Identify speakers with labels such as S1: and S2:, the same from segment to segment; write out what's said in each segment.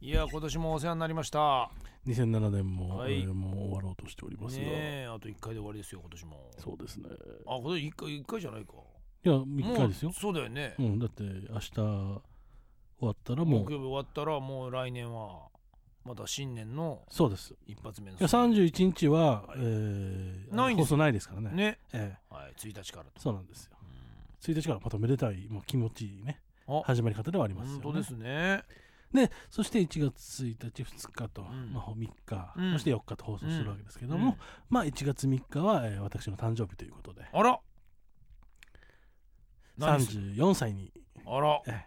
S1: いや今年もお世話になりました
S2: 2007年も、
S1: はい
S2: えーもう終わろうとしておりますが、
S1: ねえあと1回で終わりですよ今年も
S2: そうですね
S1: あこれ1回一回じゃないか
S2: いや3
S1: も
S2: 回
S1: う
S2: ですよ、
S1: そうだよね、
S2: うん、だって明日終わったらもう
S1: 木曜日終わったらもう来年はまた新年の
S2: そうですい
S1: 一発目の
S2: や31日は、
S1: はい
S2: えー
S1: ないんです
S2: 放送ないですからね
S1: ね
S2: ええ
S1: はい1日からと
S2: そうなんですよ
S1: うん
S2: 1日からまためでたい、まあ、気持ちいいね
S1: あ
S2: 始まり方ではありますよ、
S1: 本
S2: ね、
S1: 当ですね
S2: でそして1月1日2日と、
S1: ん
S2: まあ、3日、
S1: うん
S2: そして4日と放送するわけですけど
S1: う
S2: も、
S1: ん
S2: まあ1月3日は、えー私の誕生日ということで
S1: あら何する
S2: 34歳に
S1: あら
S2: ええ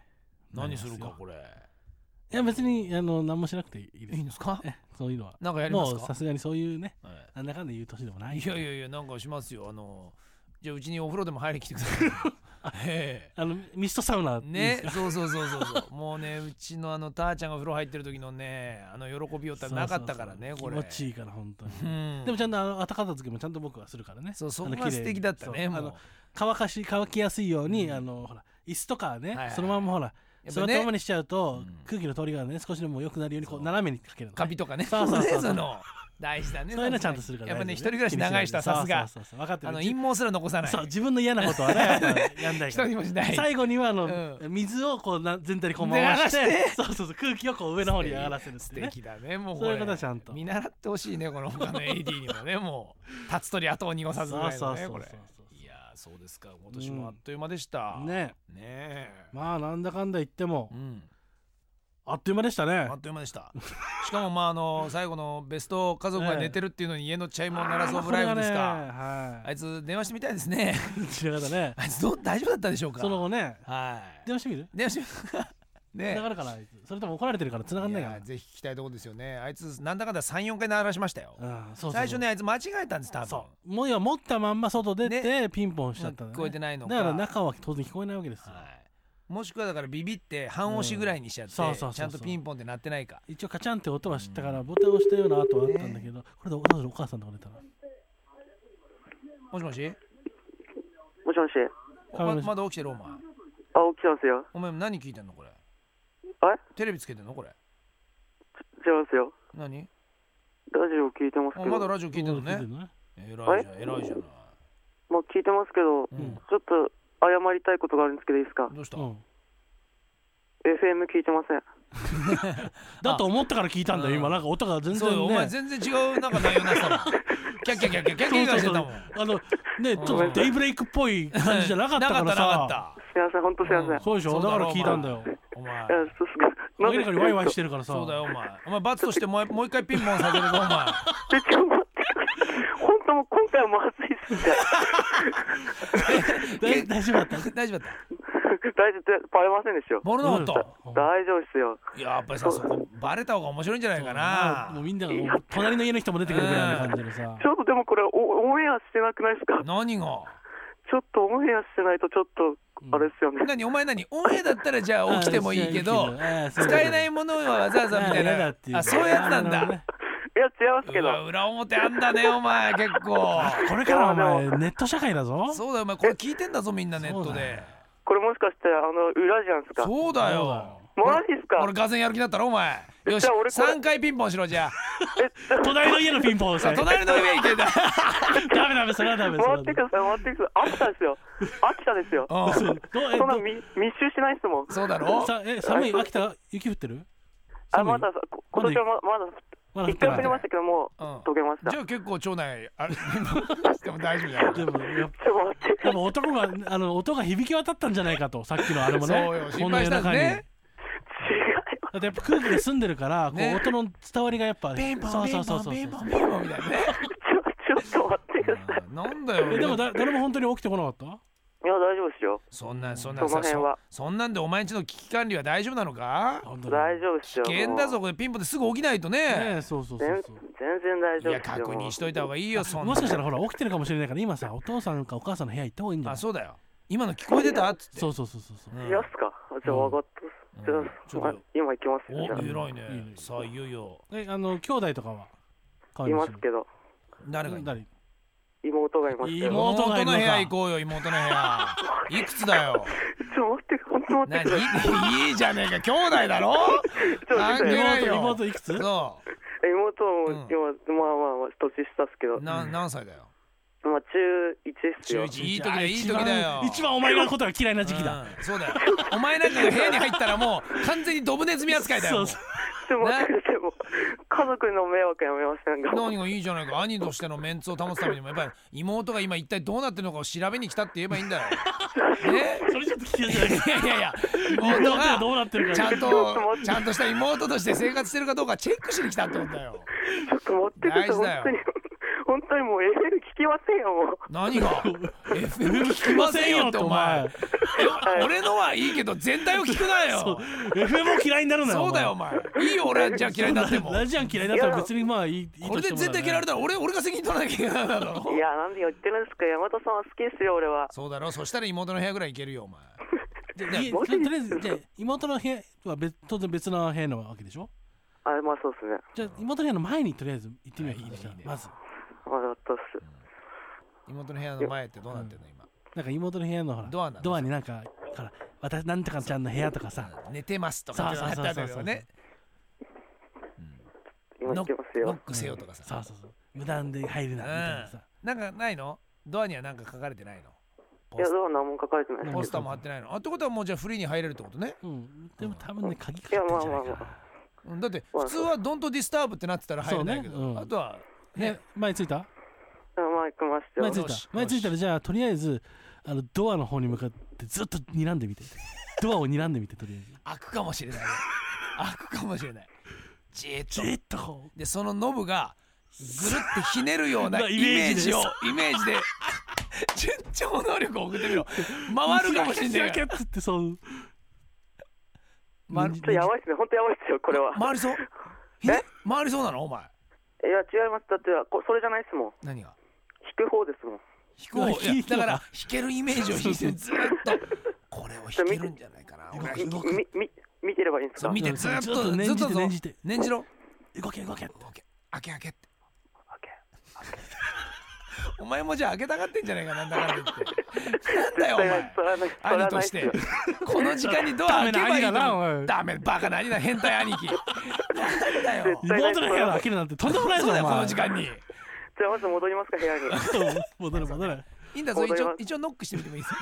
S1: 何するか
S2: れ
S1: これ
S2: いや別にあの何もしなくていいで
S1: い
S2: す
S1: いんですか
S2: ええそういうのは
S1: なんかやりま
S2: も
S1: す
S2: う
S1: か
S2: さすがにそういうね
S1: はい
S2: なんだかんだ言う年でもない
S1: いやいやいや、なんかしますよ。あの、じゃあうちにお風呂でも入りきてください。 え
S2: あのミストサウナ
S1: えね、 そうそうそうそうそう。もうね、うちのあの、たーちゃんがお風呂入ってる時のね、あの、喜びよったらなかったからね、
S2: そうそうそう
S1: これ。
S2: 気持ちいいから本当に
S1: うん。
S2: でもちゃんとあの後片付けもちゃんと僕はするからね
S1: そう、そ
S2: あ
S1: こ
S2: の
S1: が素敵だった
S2: 綺麗
S1: ね、
S2: に
S1: も
S2: そう
S1: う。
S2: あの乾かし乾きやすいように、
S1: うん
S2: あのほら椅子とかね、
S1: はいはい
S2: そのままほら
S1: やっ
S2: 座
S1: ぱ
S2: ったまま
S1: ね、
S2: にしちゃうと、
S1: うん
S2: 空気の通りがね少しでも良くなるようにこ
S1: そうう
S2: 斜めにかけるの、ね、
S1: カビと かね、
S2: そうそうそうそう
S1: その、大事だね。
S2: そういうのちゃんとするから
S1: やっぱね、
S2: 大
S1: 一
S2: 事
S1: 人
S2: だ
S1: 暮らし長い人はさすが、
S2: そうそうそうそう分かって
S1: あ
S2: る
S1: の、
S2: じ
S1: 陰謀すら残さない。
S2: そう自分の嫌なことはねやっぱやんない
S1: 一
S2: か
S1: 人
S2: ら
S1: もしない。
S2: 最後にはあの、
S1: う
S2: 水をこうな全体にこう回して
S1: 流して
S2: そうそうそう空気をこう上の方に上がらせるっ
S1: 素
S2: ていうね
S1: 敵だね、もうこ
S2: そう
S1: れ。
S2: いうことはちゃんと
S1: 見習ってほしいねこの他 の AD にもねもう立つ鳥後を濁さずぐらいのね
S2: そ
S1: こ
S2: うそう
S1: れ
S2: そうそう
S1: いやーそうですか今年もあっという間でした、ね
S2: ね
S1: え、
S2: まあなんだかんだ言っても
S1: うん、
S2: あっという間でしたね
S1: あっという間でしたしかもまああの最後のベスト家族が寝てるっていうのに家のチャイムを鳴らすオブライブです
S2: あー
S1: か
S2: まあ
S1: あいつ電話してみたいですね
S2: これがねはい違う方ね
S1: あいつどう大丈夫だったでしょうか
S2: その後ね
S1: はい
S2: 電話してみる
S1: 電話してみ ねえ
S2: 繋がるからあいつそれとも怒られてるから繋がんないか
S1: い
S2: ら
S1: やーぜひ聞きたいところですよねあいつなんだかんだ34回鳴らしましたよ
S2: うんそうそうそう
S1: 最初ねあいつ間違えたんです多分
S2: そうもう今持ったまんま外出て、ピンポンしちゃったん
S1: 聞
S2: だ,、
S1: こえて
S2: ね、
S1: ないの
S2: だ
S1: か
S2: から中は当然聞こえないわけですよ、
S1: はい、もしくはだからビビって半押しぐらいにしちゃって、
S2: うんそうそうそうそう
S1: ちゃんとピンポンって鳴ってないか
S2: 一応カチャンって音は知ったからボタンを押したような跡はあったんだけど、これでおお母さんとか出たら
S1: もしもし
S3: もしもし。
S1: おま
S2: 亀梨
S1: まだ起きてるお前
S3: あ、起きてますよ。
S1: お前何聞いてんのこれ
S3: あれ
S1: テレビつけてんのこれ
S3: 違いますよ。
S1: 何
S3: ラジオ聞いてます
S1: あ
S3: け
S1: まだ
S3: ど。
S1: ラジオ聞いてんのね
S2: のね
S1: 偉
S3: あ
S1: い
S3: れ
S1: じゃん偉いじゃない、
S3: まあ、聞いてますけど、
S1: うん
S3: ちょっと謝りたいことがあるんですけど、いいですか。
S1: どうした、
S2: うん、
S3: FM 聞いてません。
S2: だと思ったから聞いたんだよ今なんか音が全
S1: そうよ
S2: 然
S1: お前
S2: ね
S1: 全然違うなんか内容になってたもんキャッキャッキャッキャッキャッキャッキャッしてたもん
S2: あのねちょっとデイブレイクっぽい感じじゃなかっ
S1: な
S2: たか
S1: かっ
S2: ら
S1: たな
S2: さ
S1: かった
S3: すいません、ほんとすいません。
S1: うん
S3: い
S2: そうでしょ
S1: そうだ
S2: だ
S1: ろ
S2: から聞いたんだよ
S1: お前
S3: や、そうっすか。。
S2: 明らかにワイワイしててるからさ
S1: そうだよお前お前罰としてもうもう一回ピンポンさせるぞお前
S3: えちょっと待って。ほんともう今回はまずいっすね。
S2: 大大丈夫だった
S1: 大丈夫だった
S3: 大丈夫ってバレませんでしょ。
S1: ボルノート
S3: 大丈夫っすよ。
S1: いややっぱりさそこバレた方が面白いんじゃないか
S2: まあ
S1: な
S2: もうみんながもう隣の家の人も出てくるぐらいの感じでさ
S3: ちょっとでもこれお、オンエアしてなくないですか
S1: 何が
S3: ちょっとオンエアしてないと、ちょっと、あれっすよね。
S1: 何お前何オンエアだったらじゃあ起きてもいいけど使えない
S2: も
S1: ものはわざわざみたいなあそういうやつなんだ
S3: いや、違いますけ
S1: う
S3: ど。
S1: わ裏表あんだ ねお前結 構
S2: これからお前ネット社会だぞ
S1: そうだよお前これ聞いてんだぞみんなネットで
S3: これもしかして、あの、裏じゃんすか。
S1: そうだよ
S3: マジっすか
S1: 俺がぜんやる気だったろお前よし
S3: じゃあ俺これ
S1: 3回ピンポンしろじゃ
S2: 隣の家のピンポンを
S1: あ
S2: さ
S1: あ隣の上行けんだ
S2: ダメダメそれはダメそれ
S3: 回
S2: はダメ
S3: ってください、回ってください。秋田ですよ。秋田ですよ。
S1: う
S2: そ
S1: ん
S2: うどうえ
S3: そんな
S2: ど
S3: 密密集しないですもん。
S1: そうだろ
S2: さえ寒い秋田雪降ってる
S3: あ、
S2: 寒い
S3: まだ、こ今年はまま
S2: まだ
S3: だ、
S2: 降っ
S3: 一
S2: て
S3: 回
S2: な
S3: 降
S2: い
S3: りましたけど、も
S1: う
S3: う、
S1: ん
S3: 溶けました。
S1: じ
S3: ち
S1: ゃあ結構町内あれ しても大丈夫じゃない
S2: でもやっ
S3: ょっと待って、
S2: ぱでも男があの音が響き渡ったんじゃないかとさっきのあれもね
S1: そうよ心配したんです
S2: こんな夜中に
S1: ね
S3: 違いま
S2: だってやっぱ空気が澄んでるから、
S1: ね
S2: こう音の伝わりがやっぱ
S1: ピンポ
S2: そ
S1: ン
S2: う
S1: ピ
S2: そ
S1: ン
S2: うそ
S1: ポ
S2: う
S1: ン
S2: そう
S1: ピンポンピンポンみたい なね
S3: す。ちょ、ちょっと待ってください。
S1: うんなんだよ
S2: えでもだ誰も本当に起きてこなかった
S3: いや、大丈夫ですよ。
S1: そんなそんな
S3: その
S1: さそ
S3: 辺は
S1: そんなんでお前んちの危機管理は大丈夫なのか
S2: 本当に
S3: 大丈夫ですよ。
S1: 危険だぞ
S3: もう。
S1: これピンポンですぐ起きないと
S2: ね
S1: ね
S2: えそうそう
S3: 全
S2: そうそう
S3: 全然大
S1: い
S3: 丈夫
S1: や
S3: ですよ。
S1: 確認しとい
S3: た。
S1: た方がい いよそんな
S2: もしかしたらほら起きてるかもしれないから今さお父さんかお母さんの部屋行った方がいいんじゃな
S1: あ
S2: い
S1: そうだよ今の聞こえてたっつって
S2: そうそうそうそうそう
S1: う
S3: い
S1: ん
S3: やっすか。あじゃあ、
S2: うん
S3: 分かったっす。じゃあ
S1: うんちょっと
S3: ま今行きますよ。じ
S1: お
S3: ゃあ
S1: 偉い
S2: いい
S1: ね
S2: ね
S1: さあいよいよ
S2: えあの兄弟とかは可愛
S3: い
S2: い
S3: ますけど、
S1: 誰がいい
S2: 誰
S3: 妹がいますけど。
S2: 妹
S1: 妹
S2: がいるのか
S1: の部 屋行こうよ妹の部屋いくつだよ
S3: ちょっちょっと待って、本当待ってください。
S1: 何いいじゃねえか兄弟だろ
S3: ちょっと待ってくださ
S1: ない
S3: い。
S2: 妹
S1: よ
S2: 妹いくつ
S1: そ
S3: 妹
S1: う
S3: も
S1: ん
S3: 今、まあまあまあ年下っすけど
S1: う、な何歳だよ
S3: まあ中一です
S1: 中
S3: よ。
S1: 1いい時だよいい時だよ
S2: 一番一番お前のことが嫌いな時期だ、
S1: うんそうだよお前なんかが部屋に入ったらもう完全にドブネズミ扱いだよもう
S2: そう
S3: ちょっと待ってくださ い。もう家族の迷惑やめませんか。
S1: 何がいいじゃないか兄としてのメンツを保つためにもやっぱり妹が今一体どうなってるのかを調べに来たって言えばいいん だよ。ね
S2: それちょっと聞いじゃない
S1: いや いやいや
S2: 妹
S1: 妹
S2: が
S1: が
S2: どうなってる
S1: ちゃ
S2: か
S1: んとちゃんとした妹として生活してるかどうかチェックしに来たってことだよ。
S3: ちょっと待ってください。
S1: 大事
S3: 本
S1: だよ
S3: 当に本当にもう FM 聞きませんよもう。
S1: 何が FM 聞きませんよってお前
S2: はい
S1: え俺のはいいけど全体を聞くなよ
S2: FM を嫌いになるなよ
S1: そうだよお前いいよ俺はじゃあ嫌いになっても
S2: ラジアン嫌いだったら別にまあいい
S1: これで全体嫌われ
S2: た
S1: たら俺俺が責任取らなきゃいけないだろ
S3: いやなんで言ってるんですか。山田さんは好きですよ俺は。
S1: そうだろそしたら妹の部屋ぐらい行けるよお前
S2: とりあえずじゃあ妹の部屋は別当然別の部屋なわけでしょ
S3: あまあそうですね。
S2: じゃあ妹の部屋の前にとりあえず行ってみればいいでしょ
S1: いいね
S2: まず
S3: まだったっす。
S1: 妹の部屋の前ってどうなってんの今
S2: なんか妹の部屋のほら
S1: ドアなの
S2: になんかほら私なんとかちゃんの部屋とかさ
S1: 寝てますとかって
S2: そう
S1: あっ
S2: そうそ
S1: た
S2: うそう
S1: けどね
S3: 今行
S1: ノ
S3: って
S1: ッ
S3: ます
S1: ノッ
S3: よ。
S1: クせよとか
S2: そ
S1: さ
S2: うそうそう無断で入る
S1: う
S2: なみたいなんさ
S1: なんかないのドアには何か書かれてないの
S3: い
S1: ポ
S3: や
S1: ス
S3: どう何も書かれてないです
S1: ポスターも貼ってないのあってことはもうじゃあフリーに入れるってことね
S2: うんでも多分ね鍵かかってんじゃないかな
S1: うんだって普通は「ドントディスターブ」ってなってたら入れないけ
S2: そうね
S1: ど
S2: うん
S1: あとは
S2: ね
S1: ね
S2: 前ついた
S3: あまあ行きました
S2: 前
S3: よ
S2: つ。い
S1: よした
S2: 前ついたらじゃあとりあえずあのドアの方に向かってずっと睨んでみてドアを睨んでみてとりあえず
S1: 開くかもしれない開くかもしれないじーっと
S2: えっと
S1: でそのノブがぐるってひねるような
S2: まあ
S1: イ
S2: イ
S1: メ
S2: メ
S1: ー
S2: ージ
S1: ジ
S2: で
S1: をイメージで順調能力を送ってみろ回るかもし れない
S2: 後ろ開けっつってそう
S1: ま
S2: に
S3: ちょっとやばいですね。本当やばいですよこれは。
S1: 回りそうひね回りそうなのお前
S3: いや違います。だってこそれじゃないですもん。
S1: 何が
S3: 引く方ですもん。
S1: 引く方
S2: うわ
S1: いや
S2: 引いた
S1: だから弾けるイメージを引いてるずーっとこれを弾けるんじゃないかな俺は
S3: みみみ見てればいいんです
S1: そ
S3: か
S1: う。見て
S2: うん
S1: ずーっ
S2: ちょっ
S1: と
S2: と
S1: ず
S2: 念
S1: っ
S2: じ
S1: と
S2: て
S1: そう
S2: 念じて
S1: 念じろ
S2: 動け動け
S1: オッケー開け開けって
S3: オッケー
S1: お前もじゃあ開けたがってんじゃないかなんだかんだ言ってなんだよお
S3: 取らな
S1: 前
S3: い取らない取
S1: 兄
S3: ら
S1: と
S3: ない
S1: し
S3: です
S1: て
S3: よ。
S1: この時間にドア開けばいいの
S2: ダメな兄だなお 前
S1: ダメバカな兄だ 変態兄貴なんだよ
S3: 対
S2: 妹の部屋を開けるなんてとんでもない
S1: そう
S2: ぞ
S1: だ
S2: お
S1: よこの
S2: 前
S1: 時間に
S3: じゃあまず戻りますか部屋に。
S2: 戻る戻る
S1: いいんだぞ一
S3: 戻りま
S1: 応
S3: す
S1: 一応ノックしてみてもいいです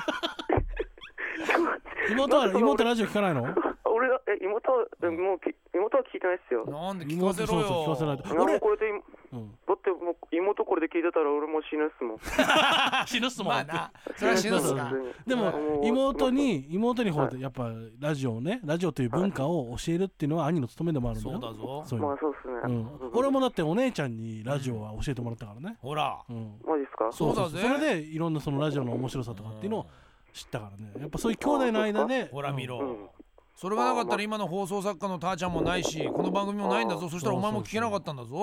S2: 妹は妹ラジオ聞かないの
S3: 俺はえ妹はえもうき妹は聞いてないですよ。
S1: なんで聞か
S2: 妹
S1: せ
S2: そうそ
S1: ろ
S2: う聞かせない
S1: よ
S2: と
S3: 俺も
S2: 俺
S3: これで今
S2: うん
S3: だってもう妹これで聞いてたら俺もう死ぬっすもん。
S2: 死ぬっす
S1: まあなそれは死ぬっすな
S3: 普通に
S2: でも
S3: う
S2: 妹に妹にほらやっぱラジオをねラジオという文化を教えるっていうのは兄の務めでもあるんだ
S1: そうだ
S2: よ
S1: ぞ
S2: そういう
S3: ま
S2: の
S3: あそうっすね。
S2: うん俺もだってお姉ちゃんにラジオは教えてもらったからね
S1: ほら
S2: うん
S3: マジっすか。
S1: そうだぜ
S2: それでいろんなそのラジオの面白さとかっていうのを知ったからねやっぱそういう兄弟の間で
S1: ほら見ろ、
S3: うん
S1: それがなかったら今の放送作家のたーちゃんもないしこの番組もないんだぞそしたらお前も聞けなかったんだぞ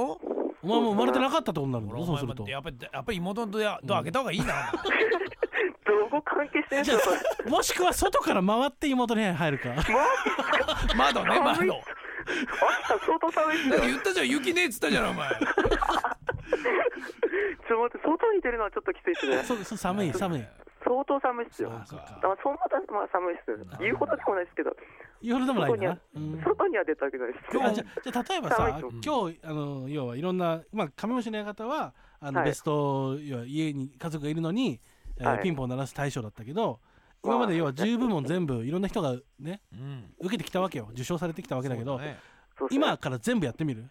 S2: お前も生まれてなかったってことになるん
S1: ほ
S2: だ
S1: ら
S2: ろ
S1: お
S2: そう
S1: 前
S2: すると
S1: もやっぱりやっぱり妹のドアドア開けた方がいいな、お前
S3: どこ関係してんすかそれ。
S2: もしくは外から回って妹の部屋に入るか
S1: 窓ね窓
S3: 寒いあんた相当寒いっす
S1: だっ
S3: よ。
S1: て言ったじゃん雪ねえっつったじゃんお前
S3: ちょっと待って外に出るのはちょっときついっすね。
S2: そうそう寒い寒い
S3: 相当寒いっすよ。
S2: あ
S3: あ
S2: そっか
S3: そんなたまあ寒いっす。言うほどでもないですけど、
S2: 夜でもないんだな、
S3: 外
S2: う
S3: に
S2: ん
S3: は外には出たわけないです。
S2: あじゃあじゃあ例えばさ
S3: 寒
S2: 今日あの要はいろんなまあカメムシの館はあの、
S3: はい
S2: ベスト要は家に家族がいるのに、えー
S3: はい
S2: ピンポン鳴らす対象だったけど今まで要は10部門全部いろんな人がね
S1: うん
S2: 受けてきたわけよ受賞されてきたわけだけど
S1: そうね
S3: そうっすね
S2: 今から全部やっ てみる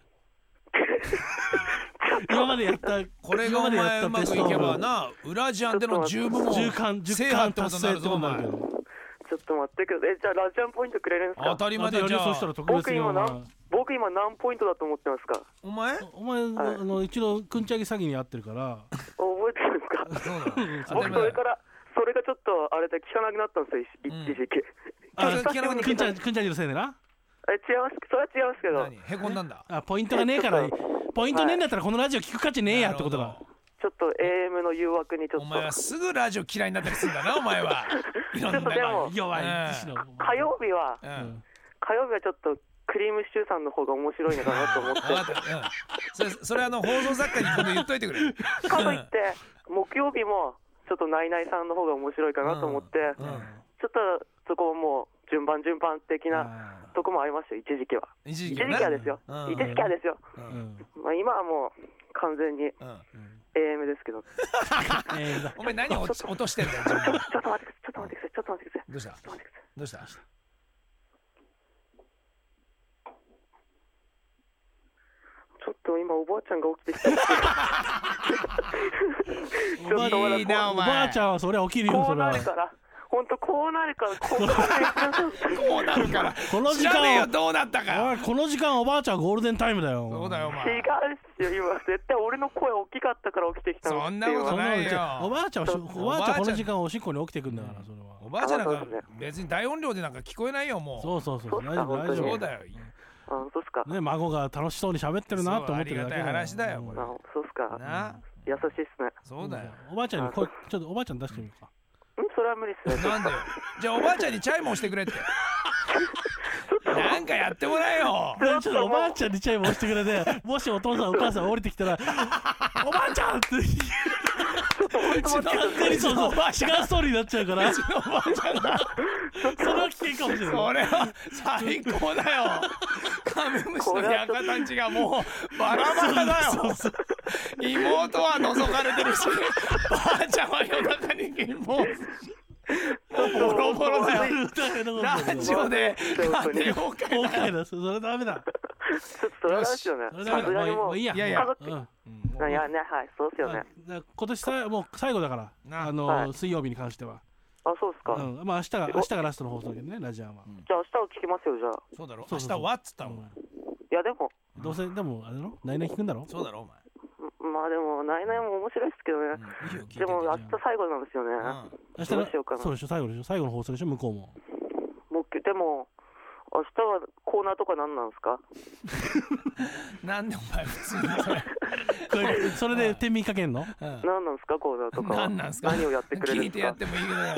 S2: 今までやった
S1: これがお前うまくいけばな裏ジアンでの10部門
S2: 10巻
S1: 制
S2: 10
S1: 覇っ
S2: 巻
S1: てことに
S2: 達
S1: な
S2: 成
S1: る
S2: って
S1: ぞ
S2: こ
S1: お
S2: とに
S1: 前
S2: なるけど
S3: ちょっと待ってください。えじゃあラジャンポイントくれるんです
S1: 当
S3: か。
S1: たり前
S2: また
S1: だ
S2: よ
S1: よじ
S2: り
S1: ゃ
S2: そうした
S1: あ
S2: ら特別
S3: 僕
S2: にお
S3: 今
S2: 前
S3: 何僕今何ポイントだと思ってますか。
S1: お前そう
S2: お前
S3: はい
S2: あの一度くんちゃぎ詐欺に遭ってるから
S3: 覚えてるんです
S1: だ当た
S3: か。
S1: り前
S3: 僕それ
S1: だ
S3: か
S1: よ
S3: らそれがちょっとあれで聞かなくなったんですよ一
S1: うん
S3: 一時期、
S1: あ
S3: ちょっと
S1: 聞かなくなった
S2: くんちゃんくんちゃぎのせいでな
S3: え違いますそれは違いますけど
S1: 何へこんだんだ
S2: あポイントがねえからポイントねえんだったらこのラジオ聞く価値ねえやってこと
S1: なる
S2: だ
S1: ほど
S3: ちょっと AM の誘惑にちょっ
S1: お
S3: と
S1: 前はすぐラジオ嫌いになったりするんだなお前 はいろんな
S3: ちょっとでも
S2: 弱い
S1: うん
S2: 自信の
S3: 火曜日は
S1: う
S2: うんん
S3: 火曜日はちょっとクリームシチューさんの方が面白いのかなと思って
S1: 分かった、うん、それそれあの放送作家に今度言っといてくれうん
S3: かといって木曜日もちょっとナイナイさんの方が面白いかなと思って、
S1: うん
S3: ちょっとそこもう順番順番的な
S1: あ
S3: とこもありましたよ一時期は
S1: ー一時
S3: 一時
S1: 期
S3: 期
S1: ね
S3: はですよ
S1: うん
S3: 一時期はですよ、
S1: う
S2: うんん
S3: まあ、今はもう完全に
S1: うん
S3: AM ですけど
S2: え ー
S1: お前何を落ち落としてんだよ自分
S3: ちょっと待ってくださいちょっと待ってください
S1: どうした
S3: ちょっと待ってくださいちょっと待ってください
S1: どうした
S3: ちょっと今おばあちゃんが起きてきたんですけどちょっと
S1: いいなお
S2: お
S1: 前
S2: ばあちゃんはそれは起きるよ
S3: こ
S2: そうれ
S3: な
S2: は
S3: るから本当こうなるからこうな
S1: こう
S3: るか
S1: なるから
S3: ら
S2: この
S1: 知
S2: 時
S1: らねえよ
S2: 間
S1: どうなった
S2: お
S1: か
S2: いこの時間おばあちゃんゴールデンタイムだよ
S1: そうだよお
S3: 違う
S1: 前
S3: っすよ今絶対俺の声大きかったから起きてきたの
S1: そんなこと
S2: そんなこと言っちゃ
S1: ないよ
S2: おばあちゃんはしおばあちゃんこの時間おしっこに起きてくんだからそれは
S1: おばあちゃんなんか別に大音量でなんか聞こえないよもう
S2: そうそうそう大丈夫大
S3: そ
S2: 丈
S1: そう
S2: 夫
S1: だよ
S3: あそうっすか、
S2: ね孫が楽しそうに喋ってるなと思ってるだけ
S1: そうありがたい話だよ
S2: うん
S1: これ
S3: あそうっすか
S1: な
S3: 優しいっすね
S1: そうだよ
S2: おばあちゃんに声ちょっとおばあちゃん出してみようか
S3: んそれは無理っす ね
S1: なんでよじゃあおばあちゃんにチャイムをしてくれって なんかやってもらえ よ
S2: でちょっとおばあちゃんにチャイム押してくれて、 もしお父さんお母さん降りてきたら、おばあちゃんって言う。ちょっと本当にそうそう、違うストーリーになっちゃうから、そ
S1: おばあちゃんが
S2: れは危険かもしれない。
S1: そ れは最高だよカメムシとヤカタンチがもうバラバラだよ妹は覗かれてるしばあちゃんは夜中にもうもうボロボロだよラジオで家庭崩壊
S2: 今回だ、それダメだ。
S3: ちょっとそれはですよね
S2: そ
S3: さ
S2: れ
S3: す
S2: ダメだ。
S3: がに
S2: も
S3: も
S2: う
S3: う
S2: いい
S3: い
S2: や。
S1: いやいや
S2: うんだか
S3: やねはいそうっすよね
S2: ら今年さもう最後だから、
S1: な
S2: あ
S3: は
S2: の
S3: い
S2: 水曜日に関しては、
S3: あそうっすか、
S2: うん、まあ明日が明日がラストの放送だけどね、ラジアンは。
S3: じゃあ明日は聞きますよじゃあ
S1: そうだろ
S2: そ
S1: 明
S2: うそ
S1: 日
S2: うそう
S1: はっつった
S2: う
S1: もん
S2: ん
S3: いやでも
S2: どうせでもあれだろ、何々聞くんだろ。
S1: そうだろお前
S3: まあでもないないも面白いっすけどね、
S1: うんいいよ聞いてて
S3: でも明日最後なんですよね、
S2: 明日の
S3: どうしようかな
S2: そうでしょ最後でしょ最後の放送でしょ向こう も
S3: もうでも明日はコーナーとか何なんですか
S1: うんなんでお前普通にそれ
S2: これそれで天秤かけんの
S3: 何なんですかコーナーとかは
S1: 何なんすか
S3: 何をやってくれ
S1: 聞
S3: るん
S1: いて
S3: です
S1: や
S3: か
S1: ってもいいけどよ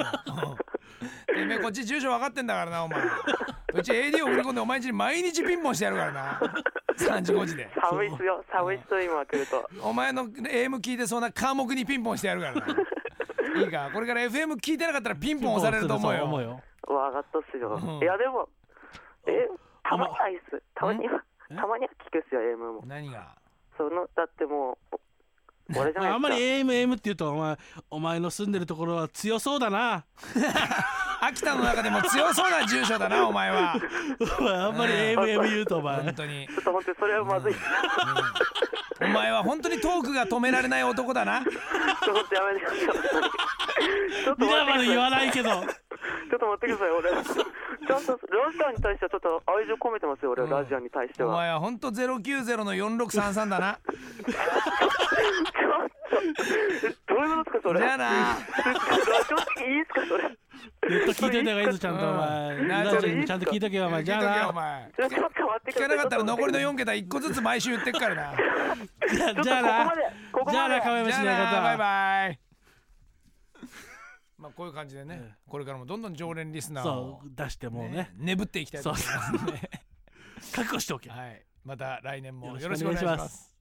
S1: うんてめえこっち住所分かってんだからなお前うち AD を振り込んでお前んちに毎日ピンポンしてやるからな3時5時で
S3: 寒いっすよ寒いっすよ今来ると
S1: お前の AM 聞いてそうな科目にピンポンしてやるからないいかこれから FM 聞いてなかったらピンポン押されると思うよ
S2: 思うよ
S3: わ上がったっすよ、
S1: うん
S3: いやでもえたまにはいいっすたまには たまには聞くっすよ AM も
S1: 何が
S3: そのだってもう俺じゃ
S2: まあ、あんま
S3: な
S2: り
S3: いですか
S2: AMM って言うとお前お前の住んでるところは強そうだな
S1: 秋田の中でも強そうな住所だなお前は
S2: お前あんまり AMM 言うとお前
S1: 本 当に
S3: ちょっと待ってそれは まずいち
S1: お前は本当にトークが止められない男だな
S3: ょっとやめてく ださいちょっと
S2: 皆
S3: 待
S2: ま
S3: っ
S2: で言
S3: てください
S2: わないけど
S3: ちょっと待ってください 俺ちゃんとラジオに対してはちょっと愛情込めてますよ俺、ラジオに対して
S1: お
S3: は
S1: 前は本当090の4633だな
S3: どういうことですかそれ
S1: じゃ あな
S3: 正直いいっすかそれ
S2: ネット聞いといた方がいいぞちゃんとお前
S1: うん
S2: ラジオにちゃんと聞いとけよお前じゃ
S1: 聞いとけよお
S2: あ
S1: 前
S3: ちょっと待って
S1: 聞
S3: くださ
S1: か
S3: い
S1: なかったら残りの4桁1個ずつ毎週言ってっから な
S2: なじゃあ
S3: ちょっと
S2: じゃあな
S3: ここまでここまで
S2: じゃあな亀
S1: じ
S2: 梨
S1: ゃ
S2: の
S1: あなバイ
S2: 館
S1: バ イまあこういう感じでね、これからもどんどん常連リスナー
S2: そ
S1: を
S2: う出してもうね
S1: ねねぶっていきたいと思いますね
S2: 覚悟しておけ
S1: はいまた来年もよ
S2: よ
S1: ろ
S2: ろ
S1: し
S2: し
S1: く
S2: く
S1: お
S2: お
S1: 願
S2: 願
S1: いし
S2: いし
S1: ま
S2: ますす